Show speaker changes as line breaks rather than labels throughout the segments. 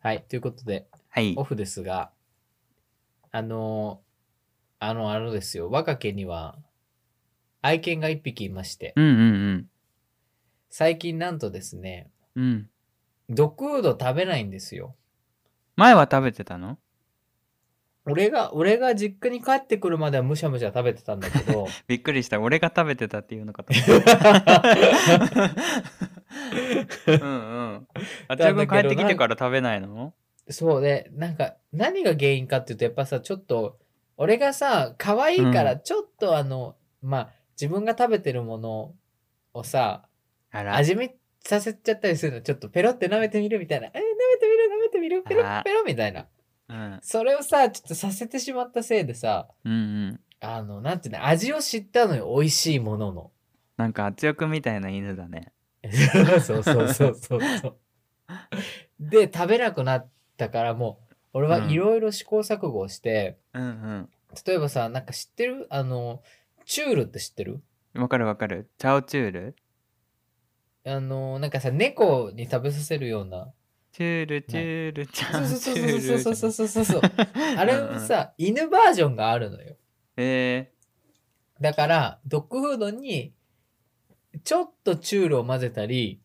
はい、ということで、
はい
オ。フですが、あの、あの、あのですよ、我が家には愛犬が一匹いまして、
うんうん
最近なんとですね、
うん。うん。
ドッグフード食べないんですよ。
前は食べてたの
俺が、俺が実家に帰ってくるまではむしゃむしゃ食べてたんだけど、
びっくりした。俺が食べてたっていうの かと思った。うんうん。あっちゃくん帰ってきてから食べないの
そうで、なんか、何が原因かっていうと、やっぱさ、ちょっと、俺がさ、可愛いから、
う
ちょっとあの、まあ、自分が食べてるものをさ、
あら。
味見させちゃったりするの、ちょっとペロって舐めてみるみたいな、えー、舐めてみる、舐めてみる、ペロ
あー
ペロみたいな。
うん
それをさ、ちょっとさせてしまったせいでさ、
うんうん。
あの、なんていうの、味を知ったのよ、美味しいものの。
なんかあっちゃくんみたいな犬だね。
そうそうそうそうそう。で、食べなくなったから、もう、俺はいろいろ試行錯誤をして、
うん
例えばさ、なんか知ってるあの、チュールって知ってる
うん。わかるわかる。チャオチュール
あの、なんかさ、猫に食べさせるような。
チュールチュールチ
そう
ャオチ
そう
ュールじゃ
そ
な
う
い。
そうそうそうそうそう。あ
あ
れの。さ、犬バージョンがあるのよ。
え
だから、ドッグフードに、ちょっとチュールを混ぜたり、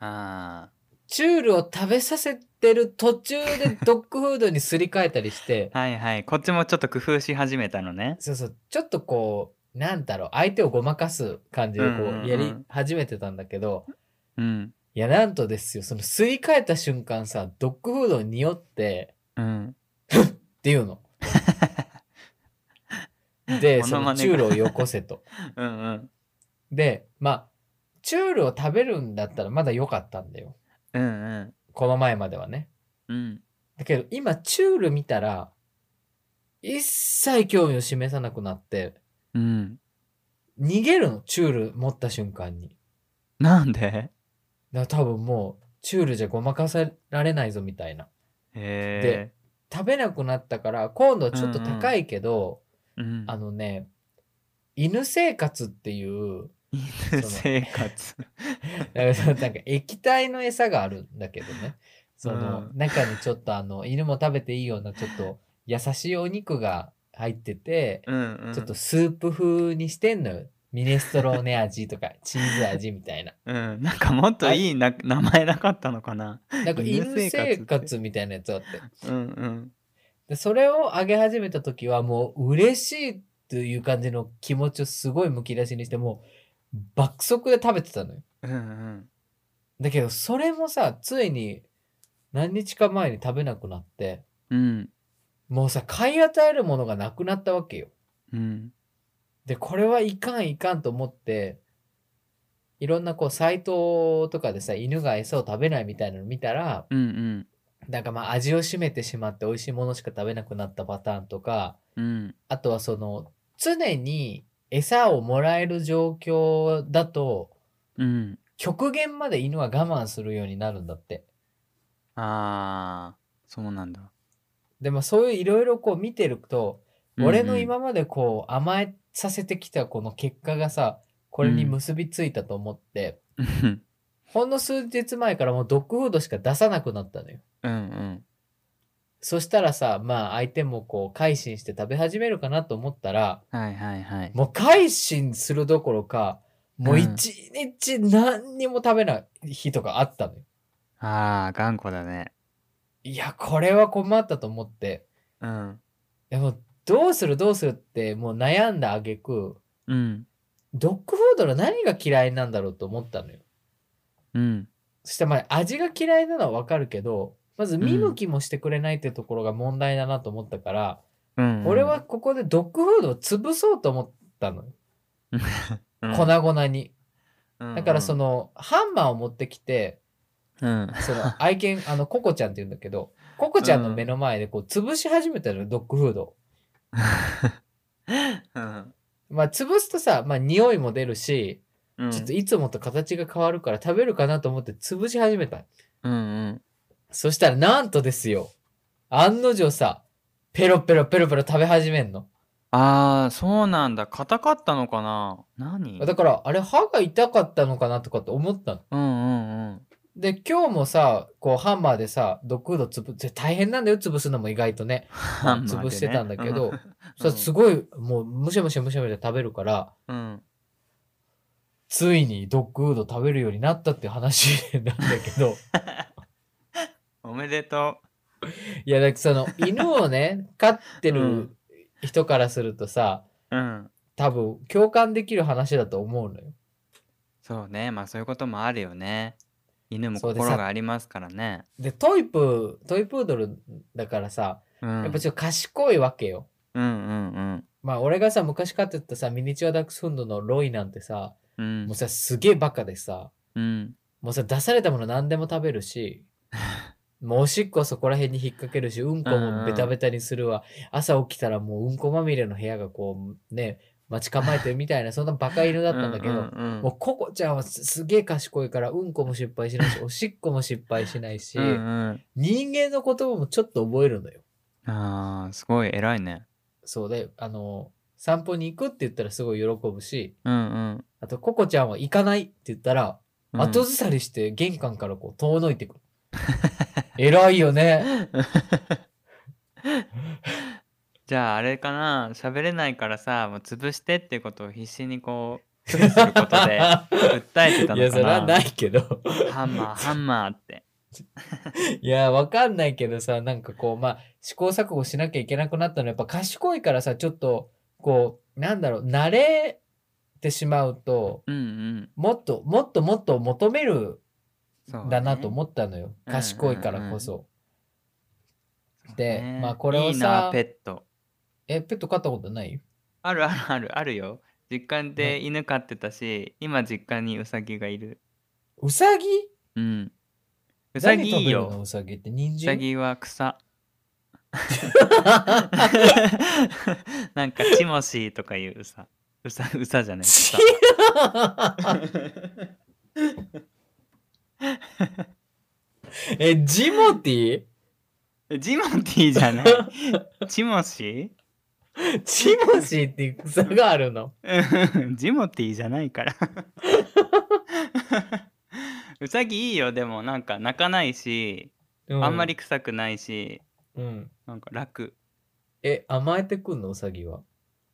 ー。あ
チュールを食べさせてる途中でドッグフードにすり替えたりして
あ。、はいはい。こっちもちょっと工夫し始めたのね。
そうそう、ちょっとこう、なんだろう、相手をごまかす感じで
うん
こ
うん
う、
うん
やり始めてたんだけど、
うん。
いや、なんとですよ、そのすり替えた瞬間さ、ドッグフードに匂って、
うん。
っていうの。で、
モ
そ
ノマ
の
ネが
チュールをよこせと。
うんうん。
で、まあ、チュールを食べるんだったらまだ良かったんだよ。
うんうん。
この前まではね。
うん。
だけど、今、チュール見たら、一切興味を示さなくなって、
うん。
逃げるの、チュール持った瞬間に。
なんで
だから多分もう、チュールじゃごまかさられないぞみたいな。
へ
食べなくなったから、今度ちょっと高いけど、
え。うん
あのね、犬生活っていう、
犬生 活。
なんかそのなんか液体の餌があるんだけどね。その
う
中にちょっとあの、犬も食べていいようなちょっと優しいお肉が入ってて、
うんうん。
ちょっとスープ風にしてんのよ。ミネストローネ味と かチーズ味みたいな。
うん。 なんかもっといいな名前なかったのかな。
なんか犬
犬生活って
生活みたいなやつあって。
うんうん。
で、それをあげ始めた時はもう嬉しいという感じの気持ちをすごいむき出しにして、もう爆速で食べてたのよ。
うんうん。
だけど、それもさ、ついに何日か前に食べなくなって、
うん。
もうさ、買い与えるものがなくなったわけよ。
うん。
で、これはいかんいかんと思って、いろんなこうサイトとかでさ、犬が餌を食べないみたいなの見たら、
うんうん。
なんかまあ味を占めてしまって美味しいものしか食べなくなったパターンとか、
うん。
あとはその、常に餌をもらえる状況だと、
うん。
極限まで犬は我慢するようになるんだって。
ああ、そうなんだ。
でもそういういろいろこう見てると、俺の今までこう甘えさせてきたこの結果がさこれに結びついたと思って、
うんうん。
ほんの数日前からもうドッグフードしか出さなくなったのよ
うんうん。
そしたらさまあ相手もこう改心して食べ始めるかなと思ったら
はいはいはい。
もう改心するどころかもううん一日何にも食べない日とかあったのよ、
ああ、頑固だね。
いやこれは困ったと思って
うん。
でもどうするどうするってもう悩んだ挙句
うん。
ドッグフードの何が嫌いなんだろうと思ったのよ
うん。
そしてまあ味が嫌いなのはわかるけど、まず見向きもしてくれないってところが問題だなと思ったから、
うんうん。
俺は、ここでドッグフードを潰そうと思ったのよ。粉々に。だからそ
の、
の、ハンマーを持ってき て、
うん。
その愛犬、あの、ココちゃんって言うんだけど、ココちゃんの目の前でこう潰し始めたのよ、ドッグフードを。
うん
まあ潰すとさ、まあ匂いも出るし、
うん。
ちょっといつもと形が変わるから食べるかなと思って潰し始めた。
うんうん。
そしたらなんとですよ。案の定さ、ペロペロペロペロ食べ始めんの。
ああ、そうなんだ。硬かったのかな何
だから、あれ歯が痛かったのかなとかって思ったの。
うんうんうん。
で、今日もさ、こう、ハンマーでさ、毒度つぶ、で大変なんだよ、潰すのも意外とね。
ハンマーでね
潰してたんだけど、
う
そ
ん
すごい、もう、むしゃむしゃむしゃむしゃ食べるから、
うんうん
ついにドッグフード食べるようになったって話なんだけ ど、
おめでと
いや、だってその、犬をね、飼って
う
る
ん
人からするとさ、
う。うん。
多分、共感できる話だと思うのよ。
そうね。まあそういうこともあるよね。犬も
そうで
心
さ
がありますからね。
で、トイプー、トイプードルだからさ、
うん。
やっぱちょっと賢いわけよ。
うんうん
まあ、俺がさ、昔飼ってたさ、ミニチュアダックスフンドのロイなんてさ、
うん。うん
もう。さ、すげえバカでさ、
うん。
もうさ、出されたもの何でも食べる し、もうおしっこはそこら辺に引っ掛けるし、うんこもベタベタにするわ。朝起きたらもううんこまみれの部屋がこう、ね、待ち構えてるみた いな、そんなバカ犬だったんだけど、
うんうんうん
もうココちゃんはすすげえ賢いから、うんこも失敗しないし、おしっこも失敗しないし、
うんうん
人間の言葉もちょっと覚えるのよ。
ああ、すごい偉いね。
そうで、あの、散歩に行くって言ったらすごい喜ぶし、
うんうん
あと、ココちゃんは行かないって言ったら、
うん。
後ずさりして玄関からこう遠のいてくる。偉いよね。
じゃああれかな喋れないからさもう潰してっていうことを必死にこう拒否すること で訴えてた
い
の
や、そ
か
れはな
ない
けど。
ハンマーハンマーって
いや、わかんないけどさ、なんかこう、まあ、試行錯誤しなきゃいけなくなったのは、やっぱ賢いからさ、ちょっと、こう、なんだろう、慣れてしまうと、
うんうん
もっと、もっともっと求める
そう、
んだなと思ったのよ。
うん
賢いからこそ。
っ
でまあこれをさ
いいなペット
え、ペット飼ったことない
あるあるあるあるよ実家
ね
で犬飼ってたし今実家にウサギがいる
うさぎ
うんウ
う
サギいい
の
よ
うさぎって人
ウ
参
サギは草 なんかチモシーとかいうウサウサウサじゃない草
え、ジモティ
ジモティーじゃないチモシ
ジモシーっていう草があるの。
ー うんジモティーじゃないから ウサギいいよでもなんか泣かないし、
う
あんまり。臭くないし
うん。
なんか楽
え、甘えてくんのうさぎは。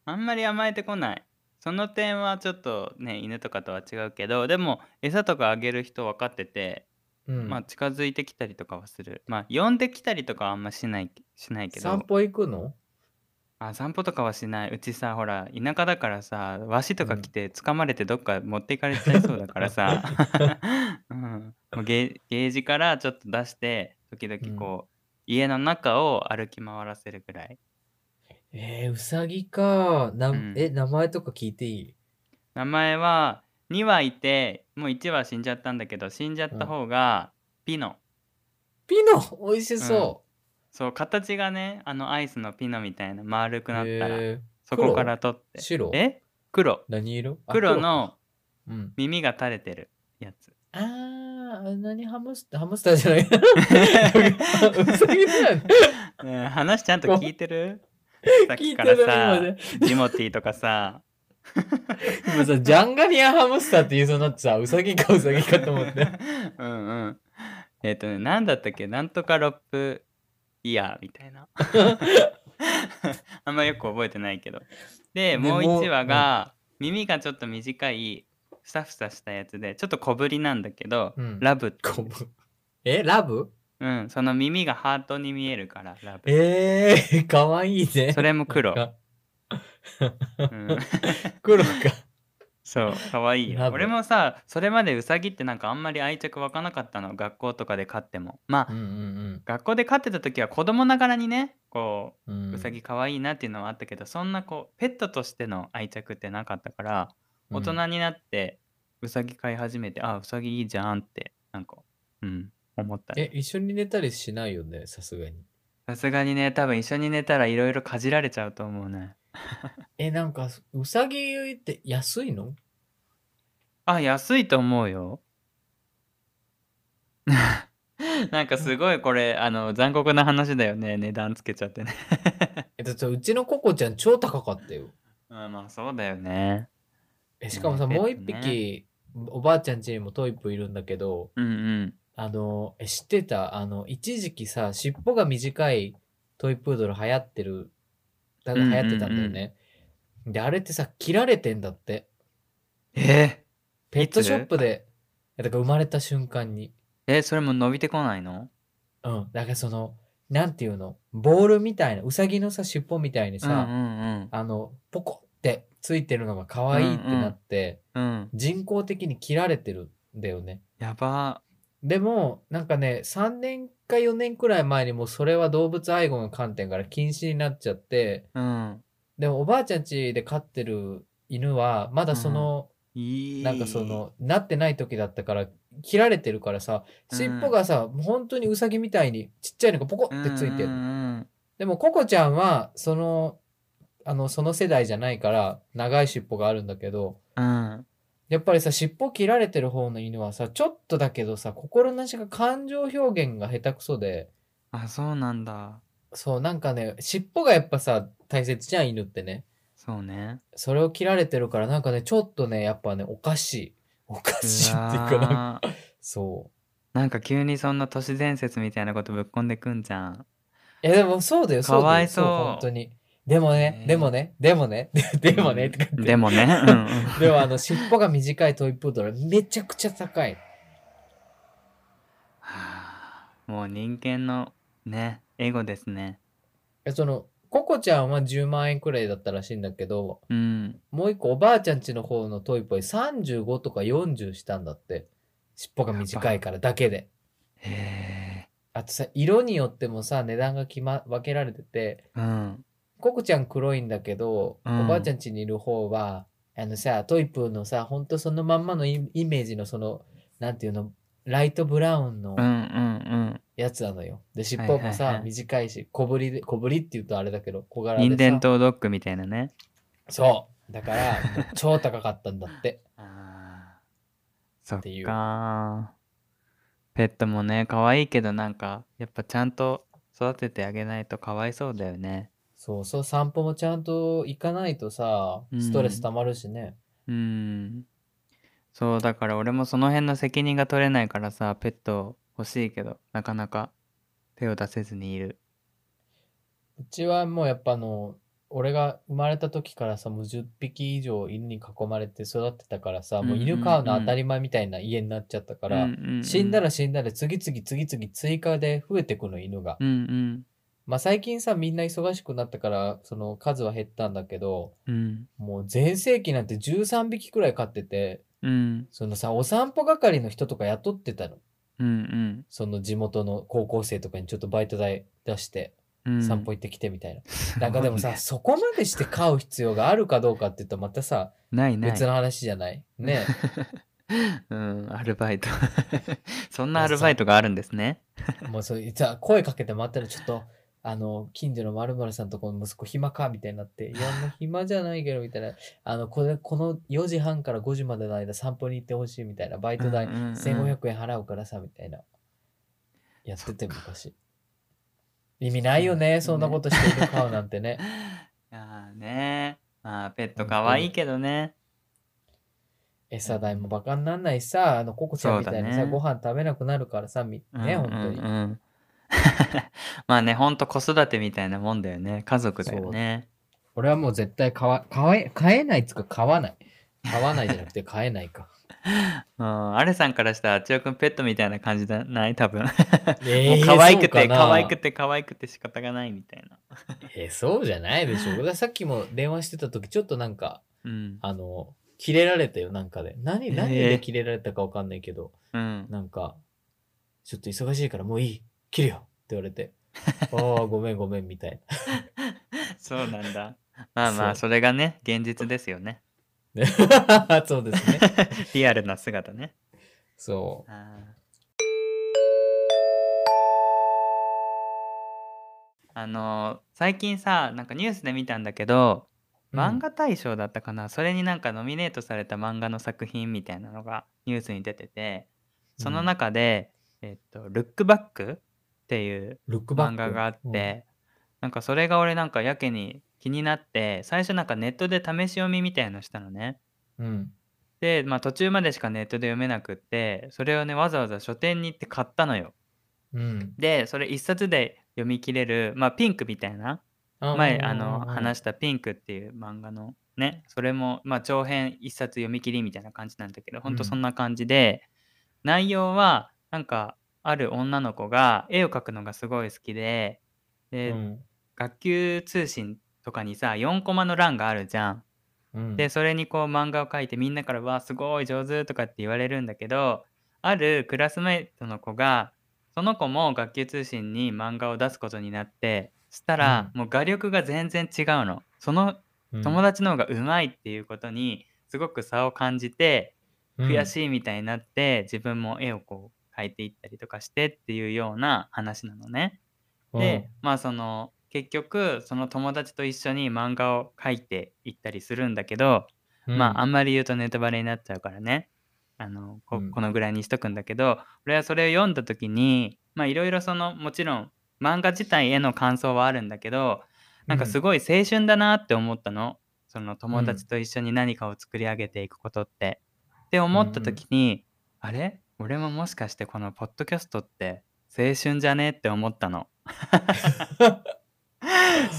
あんまり甘えてこないその点はちょっとね犬とかとは違うけどでも餌とかあげる人分かってて、
うん。
まあ近づいてきたりとかはするまあ呼んできたりとかはあんましないしないけど
散歩行くの
あ散歩とかはしないうちさほら田舎だからさワシとか来て掴まれてどっか持っていかれちゃいそうだか らさ、うん、もうゲゲージからちょっと出して時々こう、家の中を歩き回らせるぐらい
えー、うさぎか。な
うん
え、名前とか聞いていい
名前は2羽いてもう1羽死んじゃったんだけど死んじゃった方がピノ、
ピノ美味しそ
そう形がねあのアイスのピノみたいな丸
う。
くなったら、
え
そこから取っ
ー
て
白
え黒
何色あ
黒の
黒うん。
耳が垂れてるやつ
あー、あ何ハムスター、ハムスター じゃないうさぎだよね。
ねえ話ちゃんと聞いてるさ
聞
っき
いて
か
る
ら
今
さ、
ね。
ジモティーとかさ、
今さ、ジャンガリアンハムスターって言いそうになってさ、ウサギかウサギかと思って。
うんうん。えっ、とね、なんだったっけ、なんとかロップイヤーみたいな。 あんまよく覚えてないけど。で、
で
もう
もう
1話が、耳がちょっと短い、ふさふさしたやつで、ちょっと小ぶりなんだけど、
うん
ラブって
こぶえ、ラブ
うん、その耳がハートに見えるから、ラブ。
えー、かわいいね
そ。れも黒。
なんか
うん
黒か。
そう、かわいいよ
ラ。ブ
俺もさ、それまでウサギってなんかあんまり愛着湧かなかったの、学校とかで飼っても。まあ、
うんうん
学校で飼ってた時は子供ながらにね、こ
うんう
う、
ん。
ウサギかわいいなっていうのはあったけど、そんなこう、ペットとしての愛着ってなかったから、
うん
大人になって、ウサギ飼い始めて、あ、ウサギいいじゃんって、なんか、うん、思ったね。
え、一緒に寝たりしないよね、さすがに。
さすがにね、多分一緒に寝たらいろいろかじられちゃうと思うね。
え、なんか、ウサギって安いの
あ、安いと思うよ。 なんかすごいこれ、あの、残酷な話だよね。値段つけち ゃってね。
え、だってうちのココちゃん超高かったよ。
うん、まあそうだよね。
え、しかもさ、
ね
もう
ペッ
一
トね
匹、おばあちゃん家にもトイプいるんだけど、
うんうん。
あの、え知ってたあの、一時期さ、尻尾が短いトイプードル流行ってる、だ
うん
流
うんうん
行ってたんだよね。で、あれってさ、切られてんだって。
え
ペットショップで、だから生まれた瞬間に。
ー、えそれも伸びてこないの
うん。だからその、なんていうの、ボールみたいな、ウサギのさ、尻尾みたいにさ、
うんうん
あの、ポコってついてるのが可愛いってなって、
うん。うん。
人工的に切られてるんだよね。
やば。
でも、なんかね、3年か4年くらい前にもうそれは動物愛護の観点から禁止になっちゃって、
うん。
でもおばあちゃん家で飼ってる犬は、まだその、
いい。
なんかその、なってない時だったから、切られてるからさ、尻尾がさ、本当にウサギみたいにちっちゃいのがポコ
うん、
ってついてる
う。ん
でもココちゃんは、その、あの、その世代じゃないから、長い尻尾があるんだけど、
うん。うん。
やっぱりさ、尻尾切られてる方の犬はさ、ちょっとだけどさ、心なしか感情表現が下手くそで、
あ、そうなんだ。
そう、なんかね、尻尾がやっぱさ、大切じゃん、犬ってね。
そうね。
それを切られてるから、なんかね、ちょっとね、やっぱね、おかしい。おかしいっていうか、なんか、
わー
そ
なんか急にそんな都市伝説みたいなことぶっこんでくんじゃん。
う。いや、でもそうだよ、そうだよ。
かわいそう
本当に。でもね
ね、
でもね、でもね、ででもね、とか言って
でも ね。うんうん
でもあの尻尾が短いトイプードルめちゃくちゃ高い。
はあもう人間のね、エゴですね。
えそのココちゃんは10万円くらいだったらしいんだけど
うん。
もう一個おばあちゃんちの方のトイプは35とか40したんだって尻尾が短いからだけで。
へえ。
あとさ色によってもさ値段が決、ま、分けられてて
うん。
ココちゃん黒いんだけど、
うん
おばあちゃんちにいる方はあのさトイプーのさほんとそのまんまのイイメージのそのなんていうのライトブラウンの
うんうんうん。
やつなのよ。で、尻尾もさ、
はいはいはい
短いし、小ぶりで、小ぶりって言うとあれだけど、小柄でさ。
任天堂ドッグみたいなね。
そう。だから、もう超高かったんだって。
あーそっ
っていう
かーペットもね可愛いけどなんかやっぱちゃんと育ててあげないとかわいそうだよね
そうそう、散歩もちゃんと行かないとさ、
うん
ストレス溜まるしね。
うんそうだから俺もその辺の責任が取れないからさペット欲しいけどなかなか手を出せずにいる
うちはもうやっぱあの、俺が生まれた時からさ、もう10匹以上犬に囲まれて育ってたからさ、もう犬飼うの当たり前みたいな家になっちゃったか、
からうんうんうん、
死んだら死んだら次々次々追加で増えてくの、犬が。
うん
まあ最近さ、みんな忙しくなったから、その数は減ったんだけど、
うんうん
もう全盛期なんて13匹くらい飼ってて、
うん
そのさ、お散歩係の人とか雇ってたの。
うん
その地元の高校生とかにちょっとバイト代出して、
うん
散歩
行
行ってきてみたいな。なんかでもさ、そこまでして飼う必要があるかどうかって言ったらまたさ、
ないない
別の話じゃない。ね。
うんアルバイト そんなアルバイトがあるんですね
もうそう、さ、声かけて待ったらちょっと、あの、近所の〇〇さんとこの息子暇かみたいになって、いや、もう暇じゃないけど、みたいな。あの、これ、この4時半から5時までの間散歩に行ってほしいみたいな。バイト代
うんうんうん
1500円払うからさ、みたいな。やってて昔。意味ないよね、そんなことしている顔なんてね。
ああねまあペット可愛いけどね。
餌代もバカになんないしさ、あの、ココちゃんみたいに
そう
さ、
だね
ご飯食べなくなるからさ、みね、
うん
本当に
うん。うん まあね、ほんと子育てみたいなもんだよね。家族だよね。
俺はもう絶対買わ、買え、買えないっつうか買わない。買わないじゃなくて 買えないか。
うん。アレさんからしたら、千代くんペットみたいな感じじゃない多分。もう
えー
可愛くて、
そうかな
可愛くて、可愛くて仕方がないみたいな。
えーそうじゃないで しょ。俺はさっきも電話してた時、ちょっとなんか、
うん。
あの、キレられたよ、なんかで。何、何
え
で
ー
キレられたかわかんないけど、
うん。
なんか、ちょっと忙しいからもういい、切るよって言われて、ああ、ごめんごめんみたい
そうなんだ。まあま
そ
あ、
う
それがね、現実ですよね。
な。 そうですね。
リアルな姿ね。
そ
あーあのー最近さなんかニュースで見たんだけど
う。
漫画大賞だったかな、それになんかノミネートされた漫画の作品みたいなのがニュースに出ててその中で、えっと「ルックバック」っていう
うん、ルックバッ
漫
ク
画があって、、なんかそれが俺なんかやけに気になって最初なんかネットで試し読みみたいのしたのね
うん。うん
で、まあ、途中までしかネットで読めなくってそれをねわざわざ書店に行って買ったのよ
うん。
でそれ一冊で読み切れる、まあ、ピンクみたいな前あの話
し
した「ピンク」っていう漫画のねそれも、まあ、長編一冊読み切りみたいな感じなんだけどほんとそんな感じで、内容はなんかある女の子が絵を描くのがすごい好きで
て
で、学級通信とかにさ4コマの欄があるじゃん。でそれにこう漫画を描いてみんなから「わーすごい上手」とかって言われるんだけどあるクラスメートの子がその子も学級通信に漫画を出すことになってしたら、もう画力が全然違うのその友達の方が上手いっていうことにすごく差を感じて、悔
い。
しいみたいになって自分も絵をこう描いていったりとかしてっていうような話なのね。
うん
で、まあその結局その友達と一緒に漫画を描いていったりするんだけど、
うん
まああんまり言うとネタバレになっちゃうからねあのこ
うん
このぐらいにしとくんだけど、俺はそれを読んだ時にまあいろいろそのもちろん漫画自体への感想はあるんだけどなんかすごい青春だなって思ったの、その友達と一緒に何かを作り上げていくことって。って思った時に、あれ俺ももしかしてこのポッドキャストって青春じゃねって思ったの。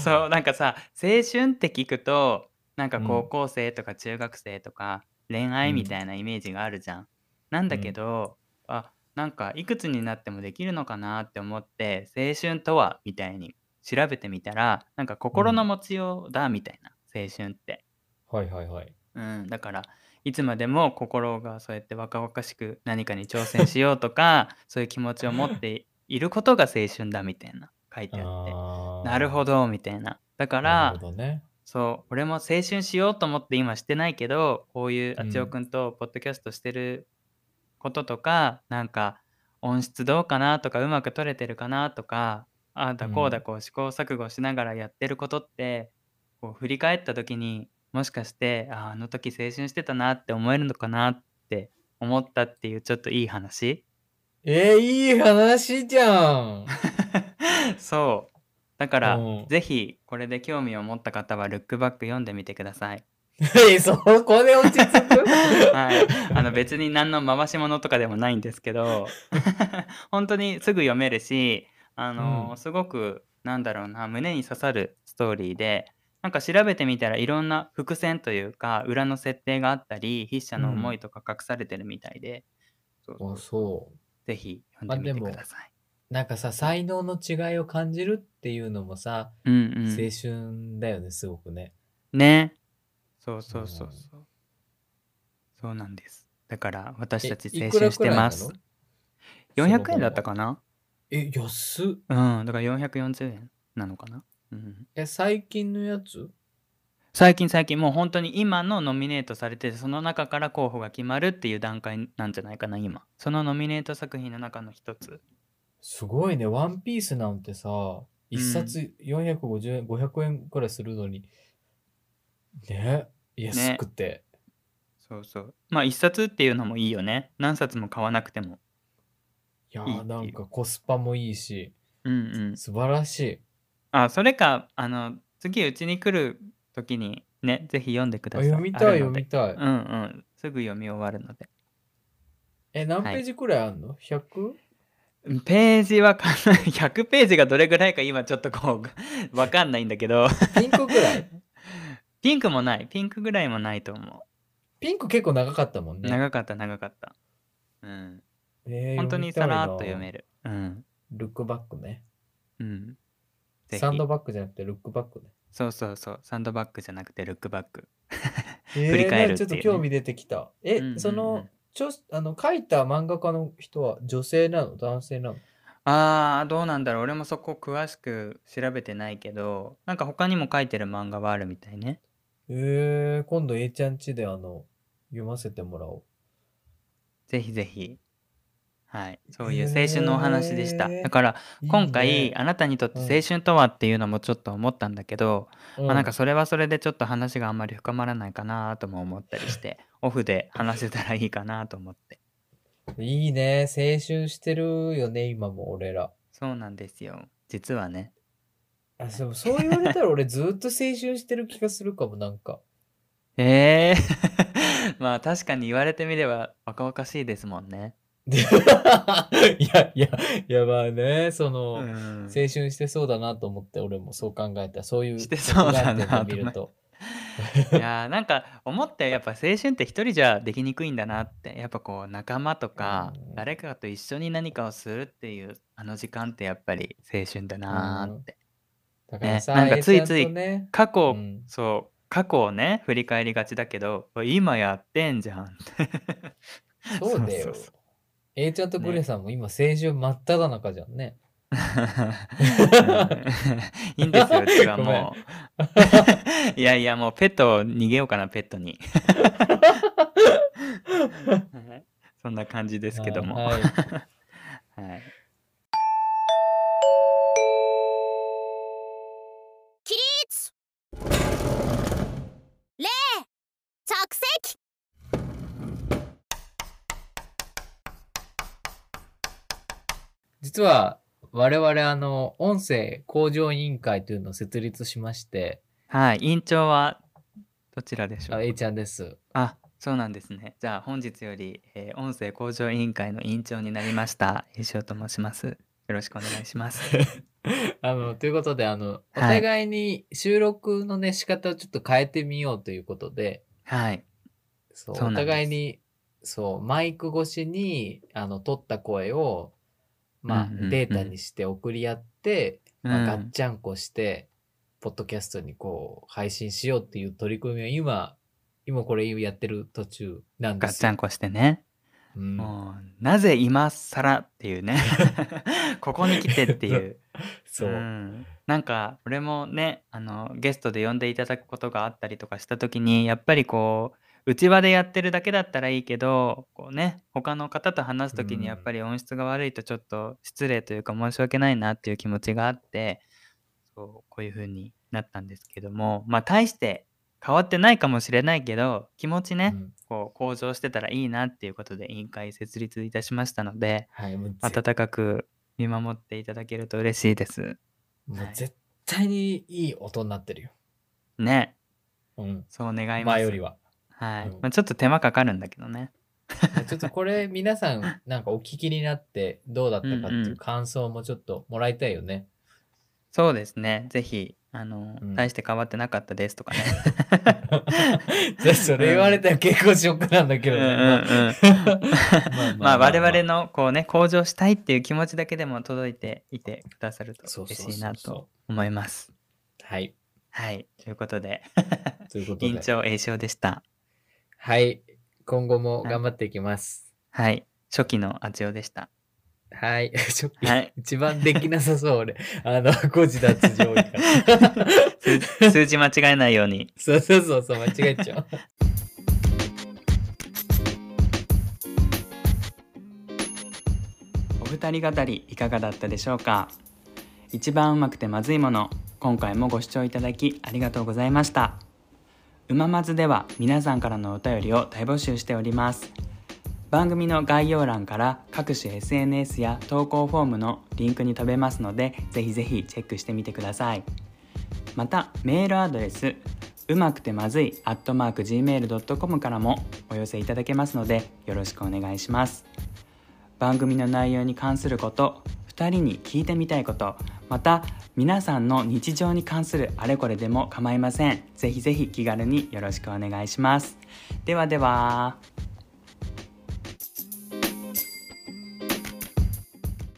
そうなんかさ青春って聞くとなんか高校生とか中学生とか恋愛みたいなイメージがあるじゃん。なんだけど、あなんかいくつになってもできるのかなって思って青春とはみたいに調べてみたらなんか心の持ちようだみたいな青春って。
はいはいはい。
うん、だからいつまでも心がそうやって若々しく何かに挑戦しよう とかそういう気持ちを持っていることが青春だみたいな書いてあってなるほ
ど。
どみたいなだか
な
ら
るほどね。
そう俺も青春しようと思って今してないけどこういう
う
あ
ん
ちおくんとポッドキャストしてることとか、なんか音質どうかなとかうまく撮れてるかなとかああだこうだこう試行錯誤しながらやってることって、こう振り返った時にもしかしてあああの時青春してたなって思えるのかなって思ったっていうちょっといい話
えー、いい話じゃん。
そうだから、
うん
ぜひこれで興味を持った方は「ルックバック」読んでみてください。
え、そこで落ち着 く
はい、あの別に何の回し物とかでもないんですけど 本当にすぐ読めるしあの、
うん
すごくなんだろうな胸に刺さるストーリーでなんか調べてみたらいろんな伏線というか裏の設定があったり筆者の思いとか隠されてるみたいで、そう
あそう。
ぜひ読んでみ
まあ
て
でも
ください。
なんかさ、才能の違いを感じるっていうのもさ、
うんう
青
ん、
春だよね、すごくね。
ねそうそうそうそう、そうなんですだから私たち
え
青
いくら
春し
く
て
らいなの
ます400円だったかな
え、安っ。
うん、だから440円なのかな。うん、
え、最近のやつ
最近最近もう本当に今のノミネートされててその中から候補が決まるっていう段階なんじゃないかな今そのノミネート作品の中の一つ
すごいね、ワンピースなんてさ、一冊450円、500円くらいするのに、ね、安くて。
そうそうまあ一冊っていうのもいいよね何冊も買わなくても
いや
いいってい
ー
う
なんかコスパもいいし、
うんうん
素晴らしい。
あそれかあの次うちに来る時にねぜひ読んでく
あ
ださい
読みたい
ある
読
ので
みたい。
うんうんすぐ読み終わるので
え、何ペ
はい
ージくらいあんの ?100?
ページはかんない100ペー ジがどれぐらいか今ちょっとこうわかんないんだけど
ピンクくらい
ピンクもない。ピンクぐらいもないと思
ピンク結構長かったもん
う。
ね。
長かった、長かった。うん。
えー
本当にさらっと読め
る。
る。うん。
ルックバックね。
うん。ぜひ
サンドバックじゃなくてルックバックね。
そうそうそう。サンドバッグじゃなくて、ルックバッグ。
振
振り返るって
ち
い
ょっ
う
と
ね
興味出てきた。え、
うんうんうん
その、ちょあの書いた漫画家の人は女性なの男性なの
あー、どうなんだろう。俺もそこ詳しく調べてないけど、なんか他にも書いてる漫画はあるみたいね。
えー、今度 A ちゃんちであの、読ませてもらおう。
ぜひぜひ。はい。そういう青春のお話でし
へ
た。
ー
だから、
いいね
今回、あなたにとって青春とはっていうのもちょっと思ったんだけど、
う
まあ、なんかそれはそれでちょっと話があんまり深まらないかなとも思ったりして オフで話せたらいいかなと思って
いいね。青春してるよね、今も俺ら。
そうなんですよ実はね
あそうそう言われたら俺ずっと青春してる気がするかも、なんか。
ええ まあ確かに言われてみれば若々しいですもんね。
でいや、いや、いやまあね、その、
ん
青春してそうだなと思って、俺もそう考えた。そういう、
してそうだなと
見ると。
いやーなんか思ったよやっぱ青春って一人じゃできにくいんだなってやっぱこう仲間とか
うん
誰かと一緒に何かをするっていうあの時間ってやっぱり青春だなーって、
だからさ、
ねなんか
永
つい
ちゃんと
つい
ね、
過去、
うん
そう過去をね振り返りがちだけど今やってんじゃんって
そうだ
そ
よ
うそうそ。
A ちゃんとグレさんも今、青春真っ只中じゃんね。
いいんですようちは
ごめん
もう いやいやもうペットを逃げようかなペットに はいそんな感じですけども
はい
はい。
着席
実は、我々、あの、音声向上委員会というのを設立しまして、
はい、委員長はどちらでしょ
あ
う
A ちゃんです。
あ、そうなんですね。じゃあ本日より、えー音声向上委員会の委員長になりました。石尾と申します。よろしくお願いします。
あの、ということで、あの、お
はい
互いに収録のね、仕方をちょっと変えてみようということで、
はい。
そう
そうな
お
んです
互いに、そう、マイク越しに、あの、撮った声を、まあ、
うんうんうん
データにして送り合って、まあ、ガ
う
ッ
ん
チャンコして、ポッドキャストにこう、配信しようっていう取り組みを今、今これやってる途中なんで
ガッ
す
チ
よ。
ャンコしてね。
うん
もうなぜ今更っていう ね。ここに来てっていう。
そうう。
ん、なんか俺もねあのゲストで呼んでいただくことがあったりとかした時にやっぱりこう内輪でやってるだけだったらいいけどこうね他の方と話す時
うん
にやっぱり音質が悪いとちょっと失礼というか申し訳ないなっていう気持ちがあってそうこういう風になったんですけどもまあ大して変わってないかもしれないけど気持ちね、
うん
こう向上してたらいいなっていうことで委員会設立いたしましたので
はい、もうぜ
温かく見守っていただけると嬉しいです。
もう絶対にいい音になってるよ。
ね
うん。
そう願います。
前よ りは。
はい。
うん
まあ、ちょっと手間かかるんだけどね。
ちょっとこれ皆さんなんかお聞きになってどうだったかって
うん
いううん感想もちょっともらいたいよ ね。
そうですね。ぜひ、あの、
うん
大して変わってなかったですとかね。
じゃあそれ言われたら結構ショックなんだ け
うん
ど
う
ね。
ん うん。まあ、我々の、こうね、向上したいっていう気持ちだけでも届いていてくださると
そうそうそうそう
嬉しいなと思います。
はい。
はい。ということで、
ということ
委員
で。
長、栄翔でした。
はい。今後も頑張っていきます。
はい。初期のあちおでした。
はい。 ちょっと
はい。
一番できなさそう、俺。あの、誤字脱上位
数数字間違えないように。
そうそうそうそう、間違えちゃう。
お二人語りいかがだったでしょうか一番うまくてまずいもの今回もご視聴いただきありがとうございましたうままずでは皆さんからのお便りを大募集しております番組の概要欄から各種 SNS や投稿フォームのリンクに飛べますのでぜひぜひチェックしてみてくださいまたメールアドレスうまくてまずい gmail.com からもお寄せいただけますのでよろしくお願いします番組の内容に関すること2人に聞いてみたいことまた皆さんの日常に関するあれこれでも構いませんぜひぜひ気軽によろしくお願いしますではでは